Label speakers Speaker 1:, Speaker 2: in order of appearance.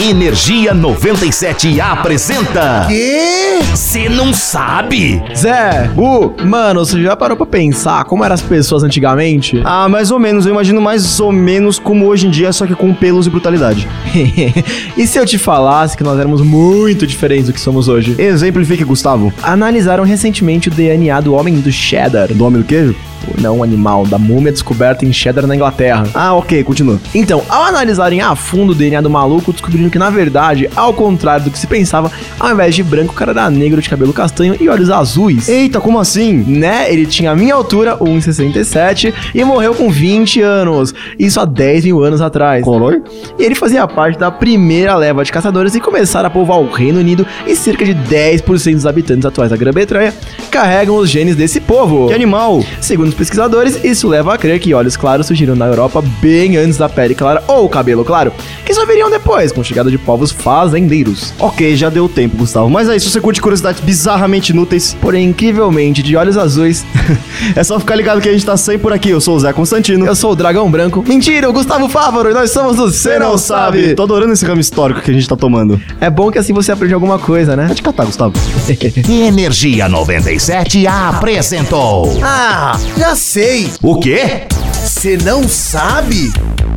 Speaker 1: Energia 97 apresenta.
Speaker 2: Quê?
Speaker 1: Você não sabe?
Speaker 3: Zé, Bu, mano, você já parou pra pensar como eram as pessoas antigamente?
Speaker 2: Ah, mais ou menos. Eu imagino mais ou menos como hoje em dia, só que com pelos e brutalidade.
Speaker 3: e se eu te falasse que nós éramos muito diferentes do que somos hoje?
Speaker 2: Exemplifique, Gustavo.
Speaker 3: Analisaram recentemente o DNA do homem do cheddar.
Speaker 2: Do homem do queijo?
Speaker 3: Pô, Não, animal, da múmia descoberta em cheddar na Inglaterra.
Speaker 2: Ah, ok, continua.
Speaker 3: Então, ao analisarem a fundo o DNA do maluco, descobriram que, na verdade, ao contrário do que se pensava, ao invés de branco, o cara era negro de cabelo castanho e olhos azuis.
Speaker 2: Eita, como assim?
Speaker 3: né? Ele tinha a minha altura, 1,67, e morreu com 20 anos. Isso há 10 mil anos atrás.
Speaker 2: Coloi?
Speaker 3: E ele fazia parte da primeira leva de caçadores e começaram a povoar o Reino Unido e cerca de 10% dos habitantes atuais da Grã-Bretanha carregam os genes desse povo.
Speaker 2: Que animal!
Speaker 3: Segundo os pesquisadores, isso leva a crer que olhos claros surgiram na Europa bem antes da pele clara ou cabelo claro, que só viriam depois, com a chegada de povos fazendeiros.
Speaker 2: Ok, já deu tempo, Gustavo. Mas é isso, você curte curiosidades bizarramente inúteis.
Speaker 3: Porém, incrivelmente, de olhos azuis,
Speaker 2: É só ficar ligado que a gente tá sempre por aqui. Eu sou o Zé Constantino.
Speaker 3: eu sou o Dragão Branco. Mentira, o Gustavo Fávaro e nós somos do Cê Não Sabe.
Speaker 2: Tô adorando esse ramo histórico que a gente tá tomando.
Speaker 3: É bom que assim você aprende alguma coisa, né?
Speaker 2: Vai te catar, tá, Gustavo.
Speaker 1: Energia 97 apresentou.
Speaker 4: Ah, já sei.
Speaker 1: O quê?
Speaker 4: Você não sabe?